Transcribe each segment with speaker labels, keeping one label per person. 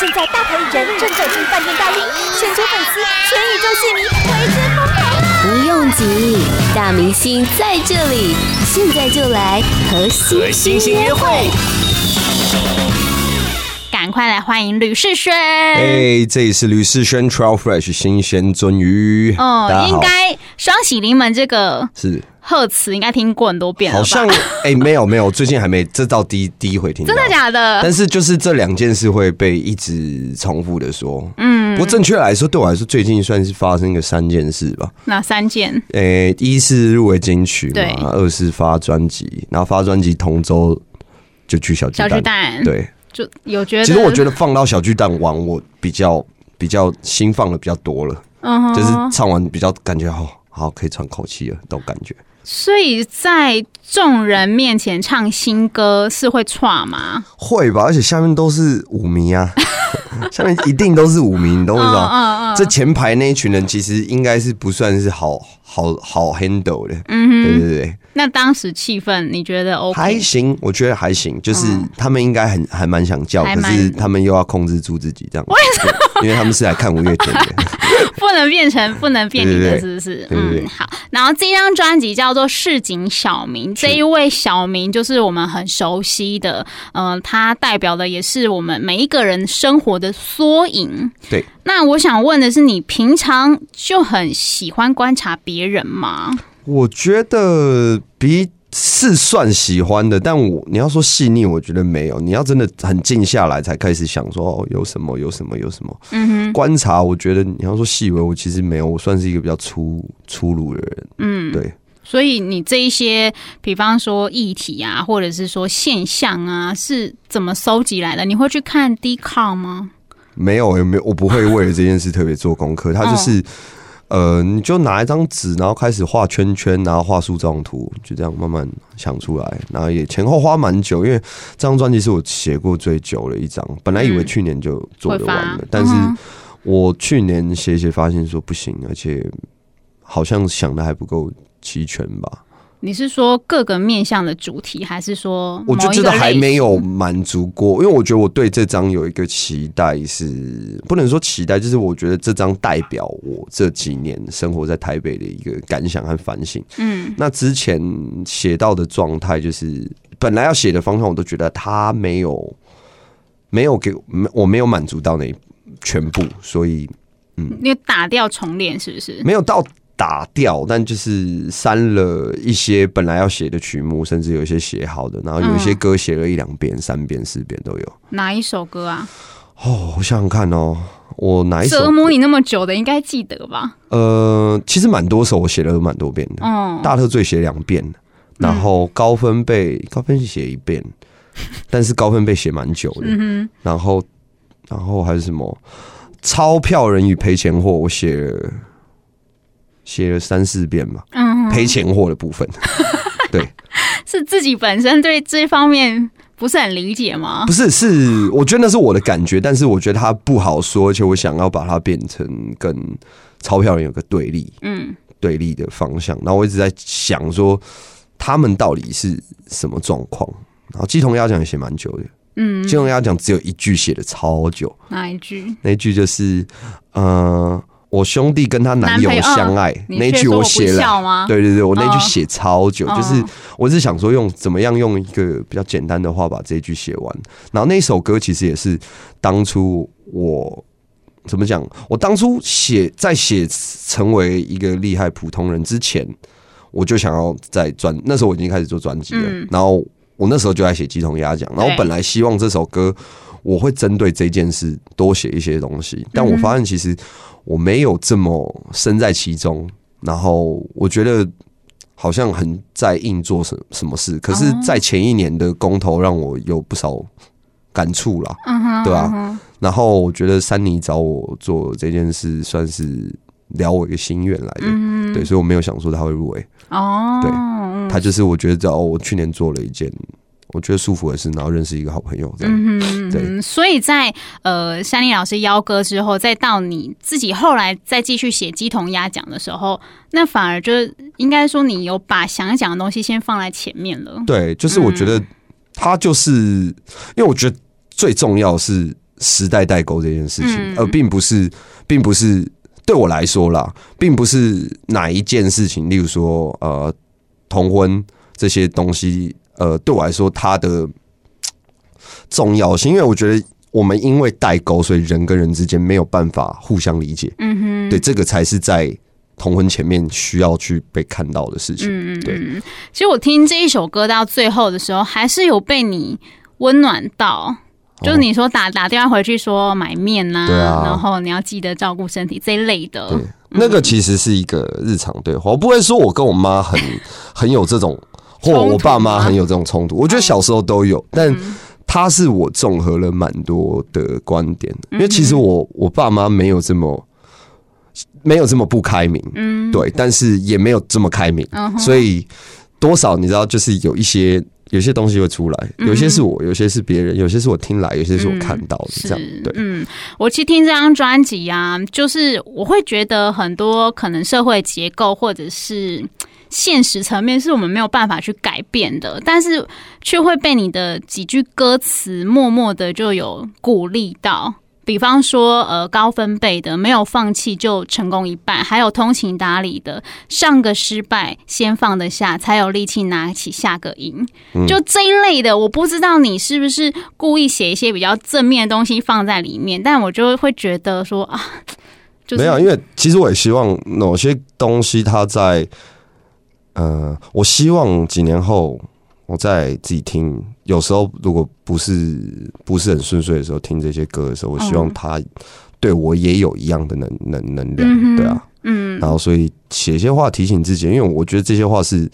Speaker 1: 现在大牌艺人正走进饭店大厅，全球粉丝、全宇宙戏迷为之疯狂啊！
Speaker 2: 不用急，大明星在这里，现在就来和
Speaker 3: 和
Speaker 2: 星
Speaker 3: 星星
Speaker 2: 星
Speaker 3: 约
Speaker 2: 约
Speaker 3: 会
Speaker 2: 会。。
Speaker 4: 赶快来欢迎吕世轩。
Speaker 3: 哎，这里是吕世轩 Trail Fresh 新鲜鳟鱼。
Speaker 4: 哦
Speaker 3: 大家，好
Speaker 4: 应该双喜临门这个
Speaker 3: 是
Speaker 4: 贺词应该听过很多遍了吧？
Speaker 3: 好像哎，没有没有，最近还没，这到第一第一回听到。
Speaker 4: 真的假的
Speaker 3: 但？是就是这两件事会被一直重复的说，嗯，不过正确来说，对我来说最近算是发生个三件事吧。
Speaker 4: 哪三件？
Speaker 3: 诶、一是入围金曲
Speaker 4: 对
Speaker 3: 嘛，二是发专辑，然后发专辑同周就去小巨
Speaker 4: 小
Speaker 3: 蛋，
Speaker 4: 巨蛋，，
Speaker 3: 对。
Speaker 4: 就有觉得，
Speaker 3: 其实我觉得放到小巨蛋玩，我比较比较心放的比较多了，
Speaker 4: 嗯哼，
Speaker 3: 就是唱完比较感觉好、好可以喘口气了，都感觉。
Speaker 4: 所以在众人面前唱新歌是会错吗？
Speaker 3: 会吧，而且下面都是舞迷啊， 下面一定都是舞迷，你懂我意思
Speaker 4: 嗯
Speaker 3: 吗？这前排那一群人其实应该是不算是好好好 handle 的，嗯对对对，
Speaker 4: 那当时气氛你觉得 OK？嗯
Speaker 3: 还行，我觉得还行，就是他们应该很还蛮想叫，
Speaker 4: 还
Speaker 3: 可
Speaker 4: 蛮
Speaker 3: 是他们又要控制住自己这样，对因为他们是来看五月 天的，
Speaker 4: 不能变成不能变你
Speaker 3: 对对
Speaker 4: 的，
Speaker 3: 对
Speaker 4: 是不是？
Speaker 3: 对对对
Speaker 4: 嗯，好。然后这张专辑叫做《市井小民》，这一位小民就是我们很熟悉的，呃，他代表的也是我们每一个人生活的缩影。
Speaker 3: 对。
Speaker 4: 那我想问的是，你平常就很喜欢观察别人吗？
Speaker 3: 我觉得比是算喜欢的，但我你要说细腻，我觉得没有。你要真的很静下来，才开始想说哦，有什么，有什么，有什么。嗯哼，观察，我觉得你要说细微，我其实没有，我算是一个比较粗粗鲁的人。嗯，对，
Speaker 4: 所以你这一些，比方说议题啊，或者是说现象啊，是怎么收集来的？你会去看 d c o r 吗？
Speaker 3: 没有，有没有？我不会为了这件事特别做功课，它就是。
Speaker 4: 嗯
Speaker 3: 呃，你就拿一张纸，然后开始画圈圈，然后画树状图，就这样慢慢想出来。然后也前后花蛮久，因为这张专辑是我写过最久的一张。本来以为去年就做得完了，
Speaker 4: 会发
Speaker 3: 但是
Speaker 4: 嗯哼
Speaker 3: 我去年写一写发现说不行，而且好像想的还不够齐全吧。
Speaker 4: 你是说各个面向的主题，还是说
Speaker 3: 我就
Speaker 4: 某一
Speaker 3: 觉
Speaker 4: 个
Speaker 3: 得还
Speaker 4: 类型
Speaker 3: 没有满足过，因为我觉得我对这张有一个期待是，不能说期待，就是我觉得这张代表我这几年生活在台北的一个感想和反省。
Speaker 4: 嗯
Speaker 3: 那之前写到的状态，就是本来要写的方向，我都觉得他没有没有给没我没有满足到那一全部，所以
Speaker 4: 你打掉重练是不是？
Speaker 3: 没有到打掉，但就是删了一些本来要写的曲目，甚至有一些写好的，然后有一些歌写了一两遍、三遍、四遍都有。
Speaker 4: 哪一首歌啊？
Speaker 3: 哦，我想想看哦，我哪一首
Speaker 4: 折？磨你那么久的，应该记得吧？
Speaker 3: 呃，其实蛮多首，我写了蛮多遍的。
Speaker 4: 哦、嗯
Speaker 3: 大特醉写两遍，然后高分贝高分写一 遍，但是高分贝写蛮久
Speaker 4: 嗯
Speaker 3: 的。然后，然后还有什么？钞票人与赔钱货，我写了写了三四遍吧。
Speaker 4: 嗯，
Speaker 3: 赔钱货的部分。 对，
Speaker 4: 是自己本身对这方面不是很理解吗
Speaker 3: 不？是，是我觉得那是我的感觉，但是我觉得它不好说，而且我想要把它变成跟钞票人有个对立，
Speaker 4: 嗯，
Speaker 3: 对立的方向。然后我一直在想说，他们到底是什么状况？然后鸡同鸭讲也写蛮久的，嗯，鸡同鸭讲只有一句写的超久，
Speaker 4: 哪一句？
Speaker 3: 那一句就是，呃，我兄弟跟他男友
Speaker 4: 男朋友哦
Speaker 3: 相爱，
Speaker 4: 你
Speaker 3: 那一
Speaker 4: 却
Speaker 3: 句
Speaker 4: 说我不
Speaker 3: 写了
Speaker 4: 笑吗？
Speaker 3: 对对对，我那句
Speaker 4: 哦
Speaker 3: 写超久，
Speaker 4: 哦
Speaker 3: 就是我是想说用怎么样用一个比较简单的话把这一句写完。然后那首歌其实也是当初我怎么讲，我当初写在写成为一个厉害普通人之前，我就想要在专那时候我已经开始做专辑了，
Speaker 4: 嗯
Speaker 3: 然后我那时候就在写鸡同鸭讲，然后我
Speaker 4: 对
Speaker 3: 本来希望这首歌。我会针对这件事多写一些东西，但我发现其实我没有这么身在其中，然后我觉得好像很在硬做什什么事，可是，
Speaker 4: 哦
Speaker 3: 在前一年的公投让我有不少感触啦，
Speaker 4: 嗯哼，
Speaker 3: 对啊吧、
Speaker 4: 嗯哼
Speaker 3: 然后我觉得珊妮找我做这件事，算是聊我一个心愿来
Speaker 4: 嗯
Speaker 3: 的，对，所以我没有想说她会入围，
Speaker 4: 哦，
Speaker 3: 对
Speaker 4: 嗯
Speaker 3: 她就是我觉得哦，我去年做了一件我觉得舒服的事，然后认识一个好朋友这样，
Speaker 4: 嗯哼，
Speaker 3: 对
Speaker 4: 嗯所以在呃山林老师邀歌之后，再到你自己后来再继续写鸡同鸭讲的时候，那反而就是应该说你有把想讲的东西先放在前面了。嗯
Speaker 3: 对，就是我觉得他就是，因为我觉得最重要的是时代代沟这件事情，
Speaker 4: 嗯
Speaker 3: 而并不是，并不是对我来说啦，并不是哪一件事情，例如说呃同婚这些东西，呃对我来说它的重要性，因为我觉得我们因为代沟，所以人跟人之间没有办法互相理解，
Speaker 4: 嗯哼，
Speaker 3: 对，这个才是在同婚前面需要去被看到的事情。
Speaker 4: 嗯嗯
Speaker 3: 对
Speaker 4: 嗯。其实我听这一首歌到最后的时候，还是有被你温暖
Speaker 3: 哦
Speaker 4: 到。就是你说打打电话回去说买面呐、
Speaker 3: 对啊
Speaker 4: 然后你要记得照顾身体这一类的，
Speaker 3: 对，那个其实是一个日常对话。我不会说我跟我 妈很很有这种，或
Speaker 4: 冲突
Speaker 3: 我爸妈
Speaker 4: 吗嗯
Speaker 3: 很有这种冲突。我觉得小时候都有，但它是我综合了蛮多的观点的，
Speaker 4: 嗯
Speaker 3: 因为其实我我爸妈没有这么。没有这么不开明，嗯，对，但是也没有这么开明，
Speaker 4: 嗯哼
Speaker 3: 所以多少你知道，就是有一些有些东西会出来，
Speaker 4: 嗯
Speaker 3: 有些是我，有些是别人，有些是我听来，有些是我看到的，这样
Speaker 4: 是，
Speaker 3: 对，
Speaker 4: 嗯，我去听这张专辑啊，就是我会觉得很多可能社会结构或者是嗯现实层面是我们没有办法去改变的，但是却会被你的几句歌词默默的就有鼓励到。比方说，呃，高分贝的没有放弃就成功一半，还有通情达理的上个失败先放得下，才有力气拿起下个赢。
Speaker 3: 嗯
Speaker 4: 就这一类的，我不知道你是不是故意写一些比较正面的东西放在里面，但我就会觉得说啊，就是
Speaker 3: 没有，啊因为其实我也希望某些东西它在，呃，我希望几年后我再自己听，有时候如果不是不是很顺遂的时候听这些歌的时候，我希望
Speaker 4: 嗯
Speaker 3: 它对我也有一样的能能能
Speaker 4: 嗯哼
Speaker 3: 量，对啊，
Speaker 4: 嗯
Speaker 3: 然后所以写一些话提醒自己，因为我觉得这些话是。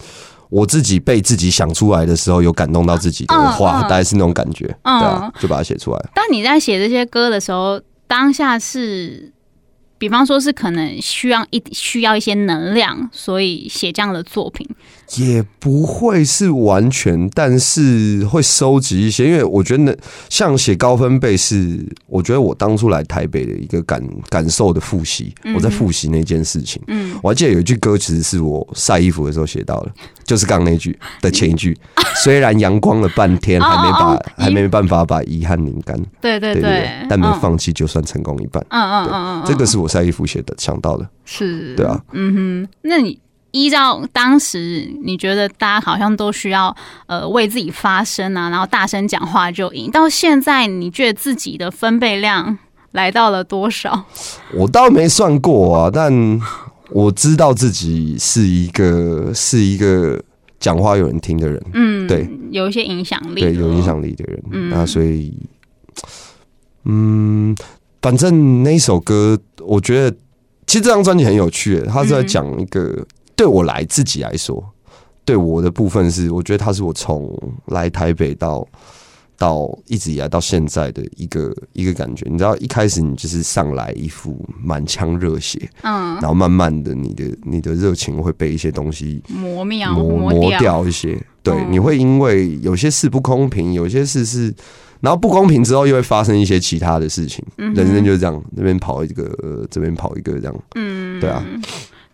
Speaker 3: 我自己被自己想出来的时候，有感动到自己的
Speaker 4: 嗯
Speaker 3: 话，
Speaker 4: 嗯
Speaker 3: 大概是那种感觉，对啊，就把它写出来。
Speaker 4: 当你在写这些歌的时候，当下是，比方说是可能需要一需要一些能量，所以写这样的作品。
Speaker 3: 也不会是完全，但是会收集一些，因为我觉得那像写高分贝是，我觉得我当初来台北的一个感感受的复习，我在复习那件事情。
Speaker 4: 嗯，
Speaker 3: 我还记得有一句歌词是我晒衣服的时候写到的，就是刚刚那句的前一 句。虽然阳光了半天，还没
Speaker 4: 哦
Speaker 3: 把
Speaker 4: 哦
Speaker 3: 还没办法把遗憾拧干，
Speaker 4: 对对
Speaker 3: 对对对，但没
Speaker 4: 嗯
Speaker 3: 放弃就算成功一半。
Speaker 4: 嗯嗯嗯嗯，
Speaker 3: 这个是我晒衣服写的想到的，
Speaker 4: 是
Speaker 3: 对啊，
Speaker 4: 嗯哼，那你依照当时你觉得大家好像都需要呃为自己发声啊，然后大声讲话就赢，到现在你觉得自己的分贝量来到了多少？
Speaker 3: 我倒没算过啊，但我知道自己是一个是一个讲话有人听的人，
Speaker 4: 嗯，
Speaker 3: 对，
Speaker 4: 有一些影响力，
Speaker 3: 对，有影。响力的人。那所以，嗯，反正那一首歌，我觉得其实这张专辑很有趣耶，它是在讲一个、对我来自己来说，对我的部分是，我觉得它是我从来台北到。到一直以来到现在的一个一个感觉，你知道，一开始你就是上来一副满腔热血，
Speaker 4: 嗯，
Speaker 3: 然后慢慢的，你的你的热情会被一些东西
Speaker 4: 磨秒
Speaker 3: 磨磨
Speaker 4: 掉，
Speaker 3: 掉一些。对
Speaker 4: 哦，
Speaker 3: 你会因为有些事不公平，有些事是，然后不公平之后又会发生一些其他的事情。人生就是这样，这边跑一个，呃这边跑一个，这样。嗯，对啊，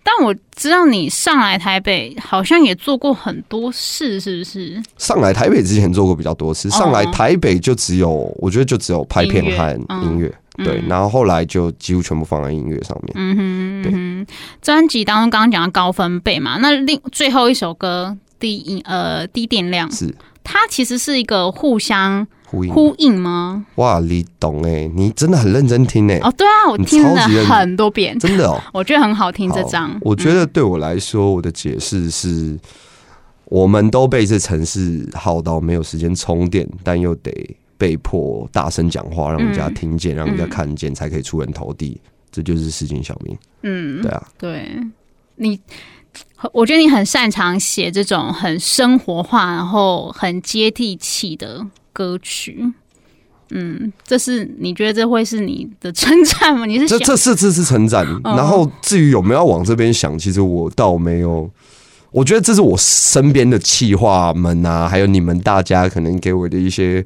Speaker 4: 但我知道你上来台北好像也做过很多事，是不是？
Speaker 3: 上来台北之前做过比较多次，
Speaker 4: 哦
Speaker 3: 上来台北就只有我觉得就只有拍片和
Speaker 4: 音
Speaker 3: 音乐，对，然后后来就几乎全部放在音乐上面。
Speaker 4: 嗯哼，嗯哼，专辑当中刚刚讲到高分贝嘛，那另最后一首歌低音呃低电量，
Speaker 3: 是
Speaker 4: 它其实是一个互相
Speaker 3: 呼应
Speaker 4: 呼应吗？
Speaker 3: 哇，你懂哎，你真的很认真听哎，
Speaker 4: 哦，对啊，我
Speaker 3: 你
Speaker 4: 听了
Speaker 3: 超级认
Speaker 4: 很多遍，
Speaker 3: 真的哦。
Speaker 4: 我觉得很好听这
Speaker 3: 好
Speaker 4: 张。嗯
Speaker 3: 我觉得对我来说，我的解释是，我们都被这城市耗到没有时间充电，但又得被迫大声讲话，让人
Speaker 4: 嗯
Speaker 3: 家听见，让人家看见，才可以出人头地。这就是市井小民，
Speaker 4: 嗯，
Speaker 3: 对啊，
Speaker 4: 对你，我觉得你很擅长写这种很生活化，然后很接地气的歌曲。嗯，这是你觉得这会是你的 称赞吗？你是
Speaker 3: 这
Speaker 4: 想嗯
Speaker 3: 这是这是称赞。然后至于有没有要往这边想，其实我倒没有。我觉得这是我身边的气话们啊，还有你们大家可能给我的一些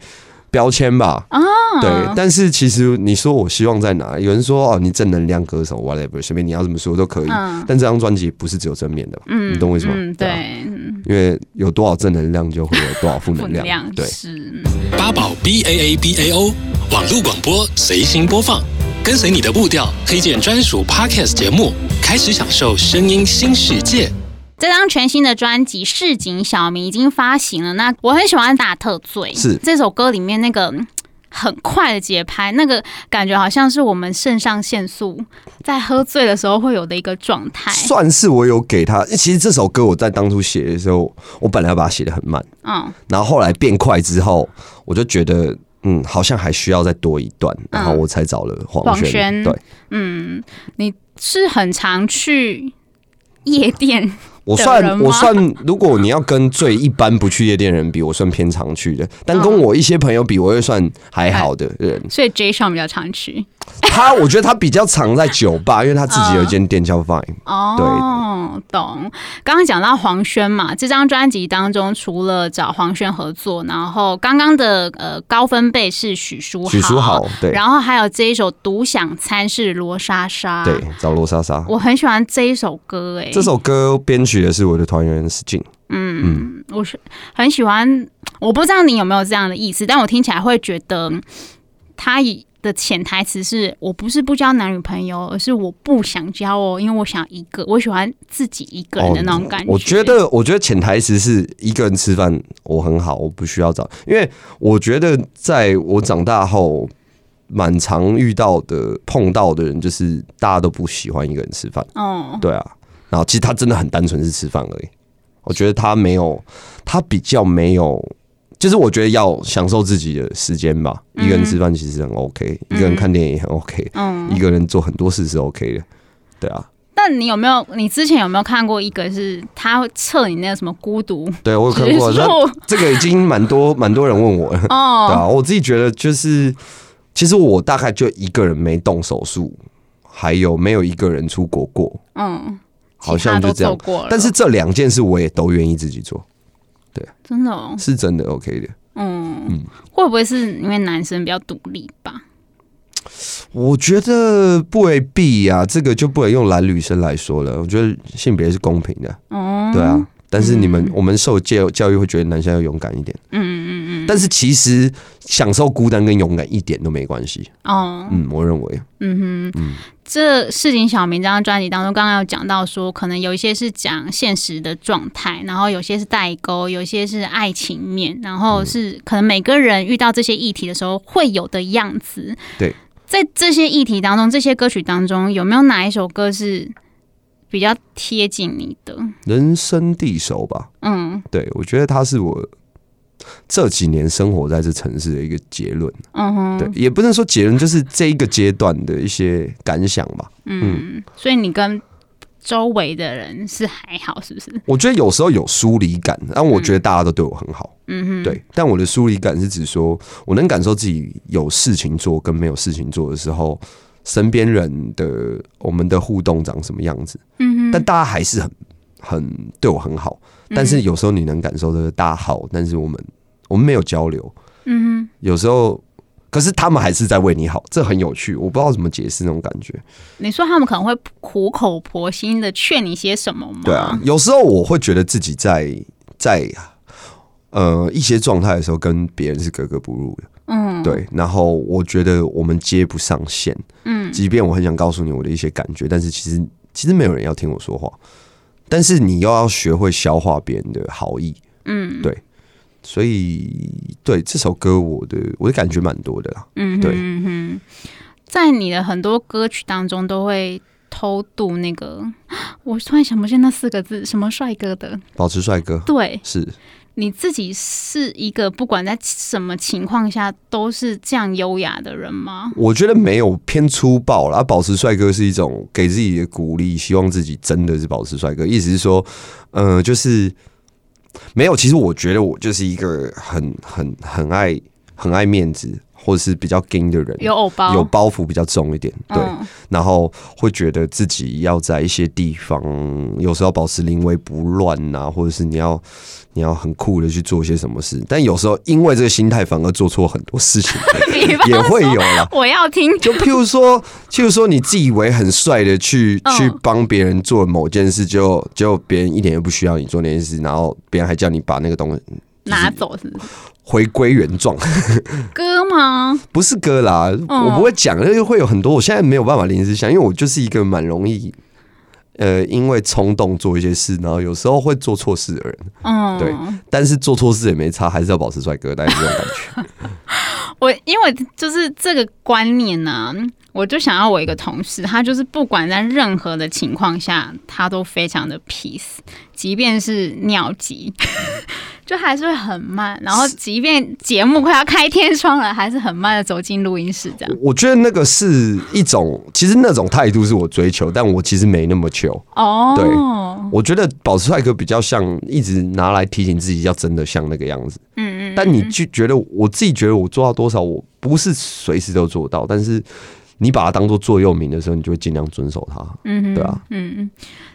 Speaker 3: 标签吧。
Speaker 4: 啊，
Speaker 3: 对，但是其实你说我希望在哪？有人说哦，你正能量歌手，whatever，随便你要怎么说都可以。
Speaker 4: 嗯
Speaker 3: 但这张专辑不是只有正面的吧，
Speaker 4: 嗯，
Speaker 3: 你懂我意思吗？
Speaker 4: 嗯，
Speaker 3: 啊
Speaker 4: 对，嗯
Speaker 3: 因为有多少正能量，就会有多少 负
Speaker 4: 负
Speaker 3: 能
Speaker 4: 能
Speaker 3: 量。
Speaker 4: 量
Speaker 3: 对，
Speaker 4: 是嗯
Speaker 5: 八宝 B A A B A O 网络广播随心播放，跟随你的步调，推荐专属 Podcast 节目，开始享受声音新世界。
Speaker 4: 这张全新的专辑《市井小民》已经发行了。那我很喜欢《大特醉》，
Speaker 3: 是
Speaker 4: 这首歌里面那个嗯很快的节拍，那个感觉好像是我们肾上腺素在喝醉的时候会有的一个状态。
Speaker 3: 算是我有给他。其实这首歌我在当初写的时候，我本来把它写的很慢，
Speaker 4: 嗯
Speaker 3: 然后后来变快之后，我就觉得。嗯，好像还需要再多一段，然后我才找了黄
Speaker 4: 嗯黄
Speaker 3: 轩。
Speaker 4: 轩
Speaker 3: 对，
Speaker 4: 嗯，你是很常去夜店
Speaker 3: 我
Speaker 4: 的人
Speaker 3: 算
Speaker 4: 吗
Speaker 3: 我算，如果你要跟最一般不去夜店的人比，我算偏常去的。但
Speaker 4: 嗯
Speaker 3: 跟我一些朋友比，我会算还好的人。
Speaker 4: 所以 J 上比较常去
Speaker 3: 他我觉得他比较常在酒吧，因为他自己有一间店叫 Vine。
Speaker 4: 哦，懂。刚刚讲到黄轩嘛，这张专辑当中除了找黄轩合作，然后刚刚的呃高分贝是许书豪，
Speaker 3: 许书豪对
Speaker 4: 然后还有这一首《独享餐》是罗莎莎，
Speaker 3: 对，，找罗莎莎。
Speaker 4: 我很喜欢这一首歌、诶，哎，
Speaker 3: 这首歌编曲的是我的团员史静，
Speaker 4: 嗯，我是很喜欢，我不知道你有没有这样的意思，但我听起来会觉得嗯他以的潜台词是我不是不交男女朋友，而是我不想交哦，因为我想一个，我喜欢自己一个人的那种感觉。
Speaker 3: 我觉，得，哦我觉得潜台词是一个人吃饭我很好，我不需要找，因为我觉得在我长大后，蛮常遇到的碰到的人就是大家都不喜欢一个人吃饭。
Speaker 4: 哦，
Speaker 3: 对啊，然后其实他真的很单纯是吃饭而啊已。我觉得他没有，他比较没有，就是我觉得要享受自己的时间吧。一个人吃饭其实很 OK，、一个人看电影也很 OK，、
Speaker 4: 嗯，
Speaker 3: 一个人做很多事是 OK 的。对啊，
Speaker 4: 但你有没有，你之前有没有看过一个是他会测你那个什么孤独？
Speaker 3: 对我有看过，
Speaker 4: 植
Speaker 3: 那
Speaker 4: 入
Speaker 3: 这个已经蛮多 蛮多人问我了。对
Speaker 4: 哦，
Speaker 3: 啊，我自己觉得就是，其实我大概就一个人没动手术，还有没有一个人出国过，
Speaker 4: 嗯，
Speaker 3: 好
Speaker 4: 其他
Speaker 3: 像
Speaker 4: 都
Speaker 3: 就这
Speaker 4: 做
Speaker 3: 样。
Speaker 4: 过了，
Speaker 3: 但是这两件事我也都愿意自己做，
Speaker 4: 真的、哦，
Speaker 3: 是真的 OK 的。
Speaker 4: 嗯，会不会是因为男生比较独立吧？
Speaker 3: 我觉得不为必啊，这个就不能用男女生来说了。我觉得性别是公平的，
Speaker 4: 哦，嗯
Speaker 3: 对啊。但是你们、我们受教教育会觉得男生要勇敢一点，嗯嗯嗯。但是其实享受孤单跟勇敢一点都没关系，
Speaker 4: 哦，
Speaker 3: 嗯，我认为
Speaker 4: 嗯哼，这《市井小民》这张专辑当中，刚刚有讲到说，可能有一些是讲现实的状态，然后有些是代沟，有些是爱情面，然
Speaker 3: 嗯
Speaker 4: 后是可能每个人遇到这些议题的时候会有的样子。
Speaker 3: 对，
Speaker 4: 在这些议题当中，这些歌曲当中，有没有哪一首歌是比较贴近你的？
Speaker 3: 人生地熟吧。
Speaker 4: 嗯
Speaker 3: 对，我觉得它是我这几年生活在这城市的一个结论。
Speaker 4: 嗯哼，
Speaker 3: 对，也不能说结论，就是这一个阶段的一些感想吧。
Speaker 4: 嗯，所以你跟周围的人是还好，是不是？
Speaker 3: 我觉得有时候有疏离感，但我觉得大家都对我很好。
Speaker 4: 嗯哼，
Speaker 3: 对，但我的疏离感是指说，我能感受自己有事情做跟没有事情做的时候，身边人的我们的互动长什么样子。
Speaker 4: 嗯
Speaker 3: 但大家还是很很对我很好，但是有时候你能感受到大家好，但是我们我们没有交流。嗯有时候。可是他们还是在为你好，这很有趣，我不知道怎么解释那种感觉。
Speaker 4: 你说他们可能会苦口婆心的劝你些什么吗？
Speaker 3: 对啊，，有时候我会觉得自己在在呃一些状态的时候跟别人是格格不入的，
Speaker 4: 嗯，
Speaker 3: 对。然后我觉得我们接不上线，
Speaker 4: 嗯，
Speaker 3: 即便我很想告诉你我的一些感觉，但是其实其实没有人要听我说话，但是你又要学会消化别人的好意，
Speaker 4: 嗯，
Speaker 3: 对。所以对这首歌我的我的感觉蛮多的啦，
Speaker 4: 嗯哼
Speaker 3: 对
Speaker 4: 嗯哼，在你的很多歌曲当中都会偷渡那个， 我突然想不起那四个字，什么帅哥的，
Speaker 3: 保持帅哥
Speaker 4: 对
Speaker 3: 是
Speaker 4: 你自己是一个不管在什么情况下都是这样优雅的人吗？
Speaker 3: 我觉得没有偏粗暴啦，保持帅哥是一种给自己的鼓励，希望自己真的是保持帅哥。意思是说，呃，就是没有。其实我觉得我就是一个很很很爱很爱面子，或者是比较硬的人，
Speaker 4: 有偶包，
Speaker 3: 有包袱比较重一点，对，
Speaker 4: 嗯
Speaker 3: 然后会觉得自己要在一些地方，有时候保持临危不乱呐、或者是你要你要很酷的去做些什么事，但有时候因为这个心态反而做错很多事情，
Speaker 4: 比方
Speaker 3: 也会有啦。
Speaker 4: 我要听
Speaker 3: 就譬如说， 譬如说，你自以为很帅的去
Speaker 4: 嗯
Speaker 3: 去帮别人做某件事，结果结果别人一点也不需要你做那件事，然后别人还叫你把那个东西
Speaker 4: 拿走是不是
Speaker 3: 回归原状，
Speaker 4: 歌吗？
Speaker 3: 不是歌啦，
Speaker 4: 嗯
Speaker 3: 我不会讲，那就会有很多。我现在没有办法临时想，因为我就是一个蛮容易，呃，因为冲动做一些事，然后有时候会做错事的人。
Speaker 4: 嗯，
Speaker 3: 对，但是做错事也没差，还是要保持帅哥，但是这种 感觉。
Speaker 4: 我因为就是这个观念呢、我就想要我一个同事，他就是不管在任何的情况下，他都非常的 peace，即便是尿急， 就还是会很慢。然后，即便节目快要开天窗了，还是很慢的走进录音室这样。
Speaker 3: 我觉得那个是一种，其实那种态度是我追求，但我其实没那么求。
Speaker 4: 哦，
Speaker 3: 我觉得保持帅哥比较像一直拿来提醒自己要真的像那个样子。
Speaker 4: 嗯嗯，
Speaker 3: 但你就觉得，我自己觉得我做到多少，我不是随时都做到，但是你把它当做座右铭的时候，你就会尽量遵守它。
Speaker 4: 嗯哼
Speaker 3: 对啊，
Speaker 4: 嗯嗯，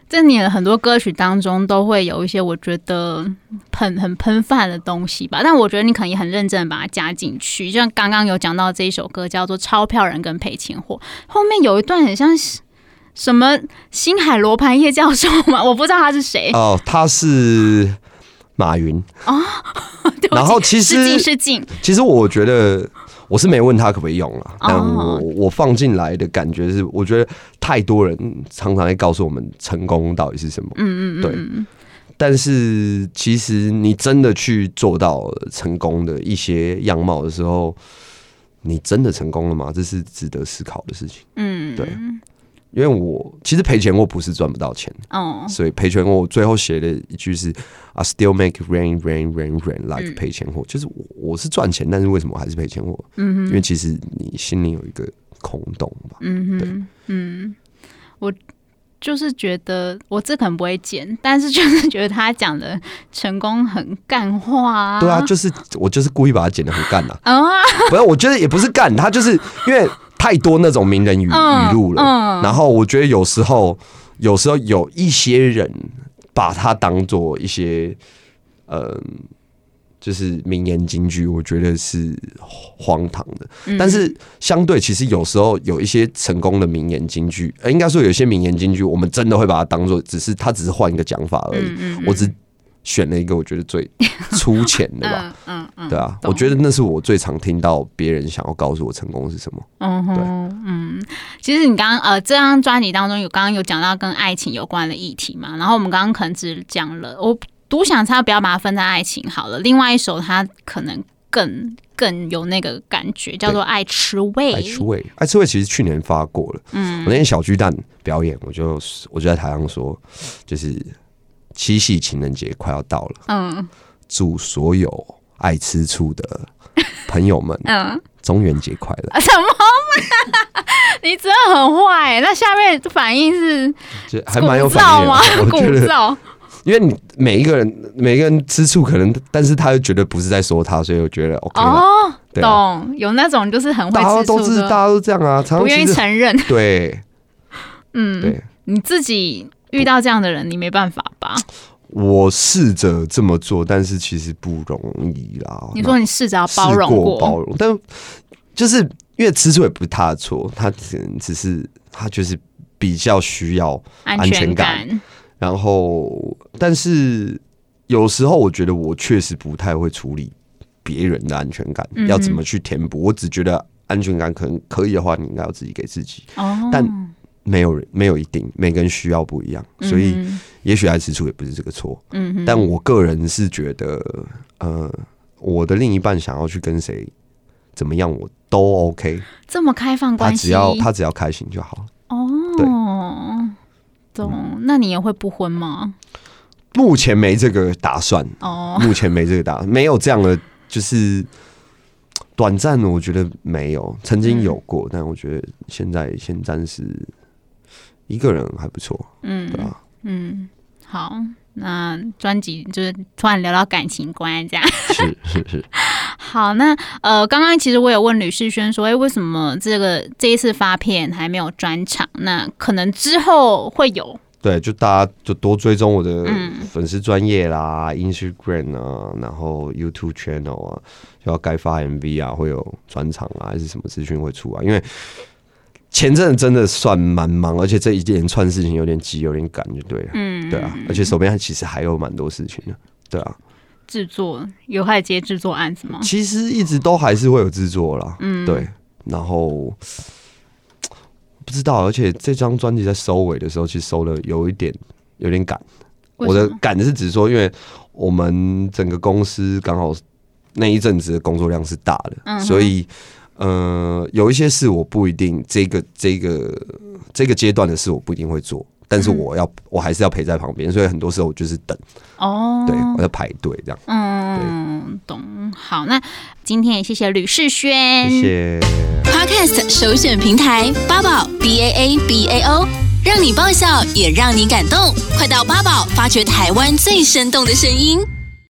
Speaker 4: 在你的很多歌曲当中都会有一些我觉得呃很很喷饭的东西吧，但我觉得你可能也很认真地把它加进去，就像刚刚有讲到这一首歌叫做《钞票人》跟《赔钱货》，后面有一段很像是什么星海罗盘叶教授嘛，我不知道他是谁，
Speaker 3: 哦，他是马 云。
Speaker 4: 对不起
Speaker 3: 然后其
Speaker 4: 失敬
Speaker 3: 实
Speaker 4: 失敬，
Speaker 3: 其实我觉得我是没问他可不可以用了，但我
Speaker 4: 哦
Speaker 3: 我放进来的感觉是，我觉得太多人常常在告诉我们成功到底是什么。
Speaker 4: 嗯嗯嗯，
Speaker 3: 对
Speaker 4: 嗯
Speaker 3: 但是其实你真的去做到成功的一些样貌的时候，你真的成功了吗？这是值得思考的事情。
Speaker 4: 嗯，
Speaker 3: 对，因为我其实赔钱货不是赚不到钱，
Speaker 4: 哦，
Speaker 3: 所以赔钱货我最后写的一句是 I still make rain rain rain rain
Speaker 4: 嗯
Speaker 3: like 赔钱货，就是我我是赚钱，但是为什么我还是赔钱货？
Speaker 4: 嗯
Speaker 3: 因
Speaker 4: 哼
Speaker 3: 为其实你心里有一个空洞吧。
Speaker 4: 嗯哼，嗯，我就是觉得我这可能不会剪，但是就是觉得他讲的成功很干话啊，，
Speaker 3: 对啊，就是我就是故意把它剪得很干呐
Speaker 4: 啊，
Speaker 3: 不是，我觉得也不是干，他就是因为太多那种名人语
Speaker 4: 嗯
Speaker 3: 语录了，
Speaker 4: 嗯
Speaker 3: 然后我觉得有时候，有时候有一些人把它当做一些，呃，就是名言金句，我觉得是荒唐的。
Speaker 4: 嗯
Speaker 3: 但是相对，其实有时候有一些成功的名言金句，呃，应该说有些名言金句，我们真的会把它当做，只是它只是换一个讲
Speaker 4: 嗯
Speaker 3: 法而已。我只选了一个我觉得最粗浅的吧。
Speaker 4: 嗯嗯嗯，
Speaker 3: 对啊，
Speaker 4: 懂
Speaker 3: 我觉得那是我最常听到别人想要告诉我成功是什么。
Speaker 4: 嗯哼，嗯，其实你刚刚呃，这张专辑当中有刚刚有讲到跟爱情有关的议题嘛，然后我们刚刚可能只讲了，我独想差不要把它分在爱情好了，另外一首它可能更更有那个感觉，叫做爱吃味，
Speaker 3: 爱吃味，爱吃味其实去年发过了。嗯，我那天小巨蛋表演，我就我就在台上说，就是七夕情人节快要到了，
Speaker 4: 嗯
Speaker 3: 祝所有爱吃醋的朋友 们
Speaker 4: 嗯。
Speaker 3: 中元节快 乐。
Speaker 4: 啊什么啦 你真的很坏欸、那下面反应是
Speaker 3: 就还
Speaker 4: 鼓
Speaker 3: 蛮有反
Speaker 4: 噪
Speaker 3: 应
Speaker 4: 吗？
Speaker 3: 的，
Speaker 4: 鼓
Speaker 3: 我觉 得，
Speaker 4: 噪
Speaker 3: 因为你每一个人每一个人吃醋，可能但是他又觉得不是在说他，所以我觉得 OK 啦。
Speaker 4: 哦，
Speaker 3: 对啊
Speaker 4: 懂有那种就是很会
Speaker 3: 大家
Speaker 4: 吃
Speaker 3: 都
Speaker 4: 醋
Speaker 3: 是大
Speaker 4: 的，
Speaker 3: 家都这样啊，常
Speaker 4: 不
Speaker 3: 常
Speaker 4: 愿意
Speaker 3: 其实
Speaker 4: 承认。
Speaker 3: 对
Speaker 4: 嗯，
Speaker 3: 对。
Speaker 4: 你自己遇到这样的人，你没办法吧？
Speaker 3: 我试着这么做，但是其实不容易啦。
Speaker 4: 你说你试着要
Speaker 3: 试
Speaker 4: 包容
Speaker 3: 过包容，但就是因为吃醋也不是他的错，他只能只是他就是比较需要
Speaker 4: 安
Speaker 3: 安全
Speaker 4: 感
Speaker 3: 感，然后，但是有时候我觉得我确实不太会处理别人的安全感，
Speaker 4: 嗯哼
Speaker 3: 要怎么去填补？我只觉得安全感可能可以的话，你应该要自己给自己。
Speaker 4: 哦，
Speaker 3: 但没有人没有一定，每个人需要不一样，所以
Speaker 4: 嗯哼
Speaker 3: 也许爱吃醋也不是这个错。
Speaker 4: 嗯哼，
Speaker 3: 但我个人是觉得，呃，我的另一半想要去跟谁怎么样，我都 OK，
Speaker 4: 这么开放
Speaker 3: 他
Speaker 4: 关系，
Speaker 3: 只要他只要开心就好了。
Speaker 4: 哦，懂？
Speaker 3: 嗯
Speaker 4: 那你也会不婚吗？
Speaker 3: 目前没这个 打算，
Speaker 4: 哦，
Speaker 3: 目前没这个打，没有这样的就是短暂的，我觉得没有，曾
Speaker 4: 嗯
Speaker 3: 经有过，但我觉得现在先暂时一个人还不错，
Speaker 4: 嗯，
Speaker 3: 对吧？
Speaker 4: 嗯，好，那专辑就是突然聊到感情观这样。
Speaker 3: 是是是，
Speaker 4: 好，那呃，刚刚其实我有问吕世轩说，哎、为什么这个这一次发片还没有专场？那可能之后会有。
Speaker 3: 对，就大家就多追踪我的粉丝专业啦、i n s t a g r a m 啊，然后 YouTube channel 啊，就要该发 MV 啊，会有专场啊，还是什么资讯会出啊？因为前阵子真的算蛮忙，而且这一连串事情有点急，有点赶，就对了。嗯，对啊，而且手边还其实还有蛮多事情的。对啊，
Speaker 4: 制作有开始接制作案子吗？
Speaker 3: 其实一直都还是会有制作啦。嗯，对，然后。不知道，而且这张专辑在收尾的时候，其实收的有一点有点赶，
Speaker 4: 为
Speaker 3: 我
Speaker 4: 什
Speaker 3: 的
Speaker 4: 么
Speaker 3: 感是指说，因为我们整个公司刚好那一阵子的工作量是大的，
Speaker 4: 嗯
Speaker 3: 所以呃，有一些事我不一定这个这个这个阶段的事我不一定会做，但
Speaker 4: 嗯
Speaker 3: 是我要、我还是要陪在旁边，所以很多时候我就是等，
Speaker 4: 哦，
Speaker 3: 对，我要排队这样。
Speaker 4: 嗯，懂。好，那今天也谢谢吕世轩，
Speaker 3: 谢谢。
Speaker 2: Podcast 首选平台八宝 B A A B A O，让你爆笑也让你感动。快到八宝发掘台湾最生动的声音。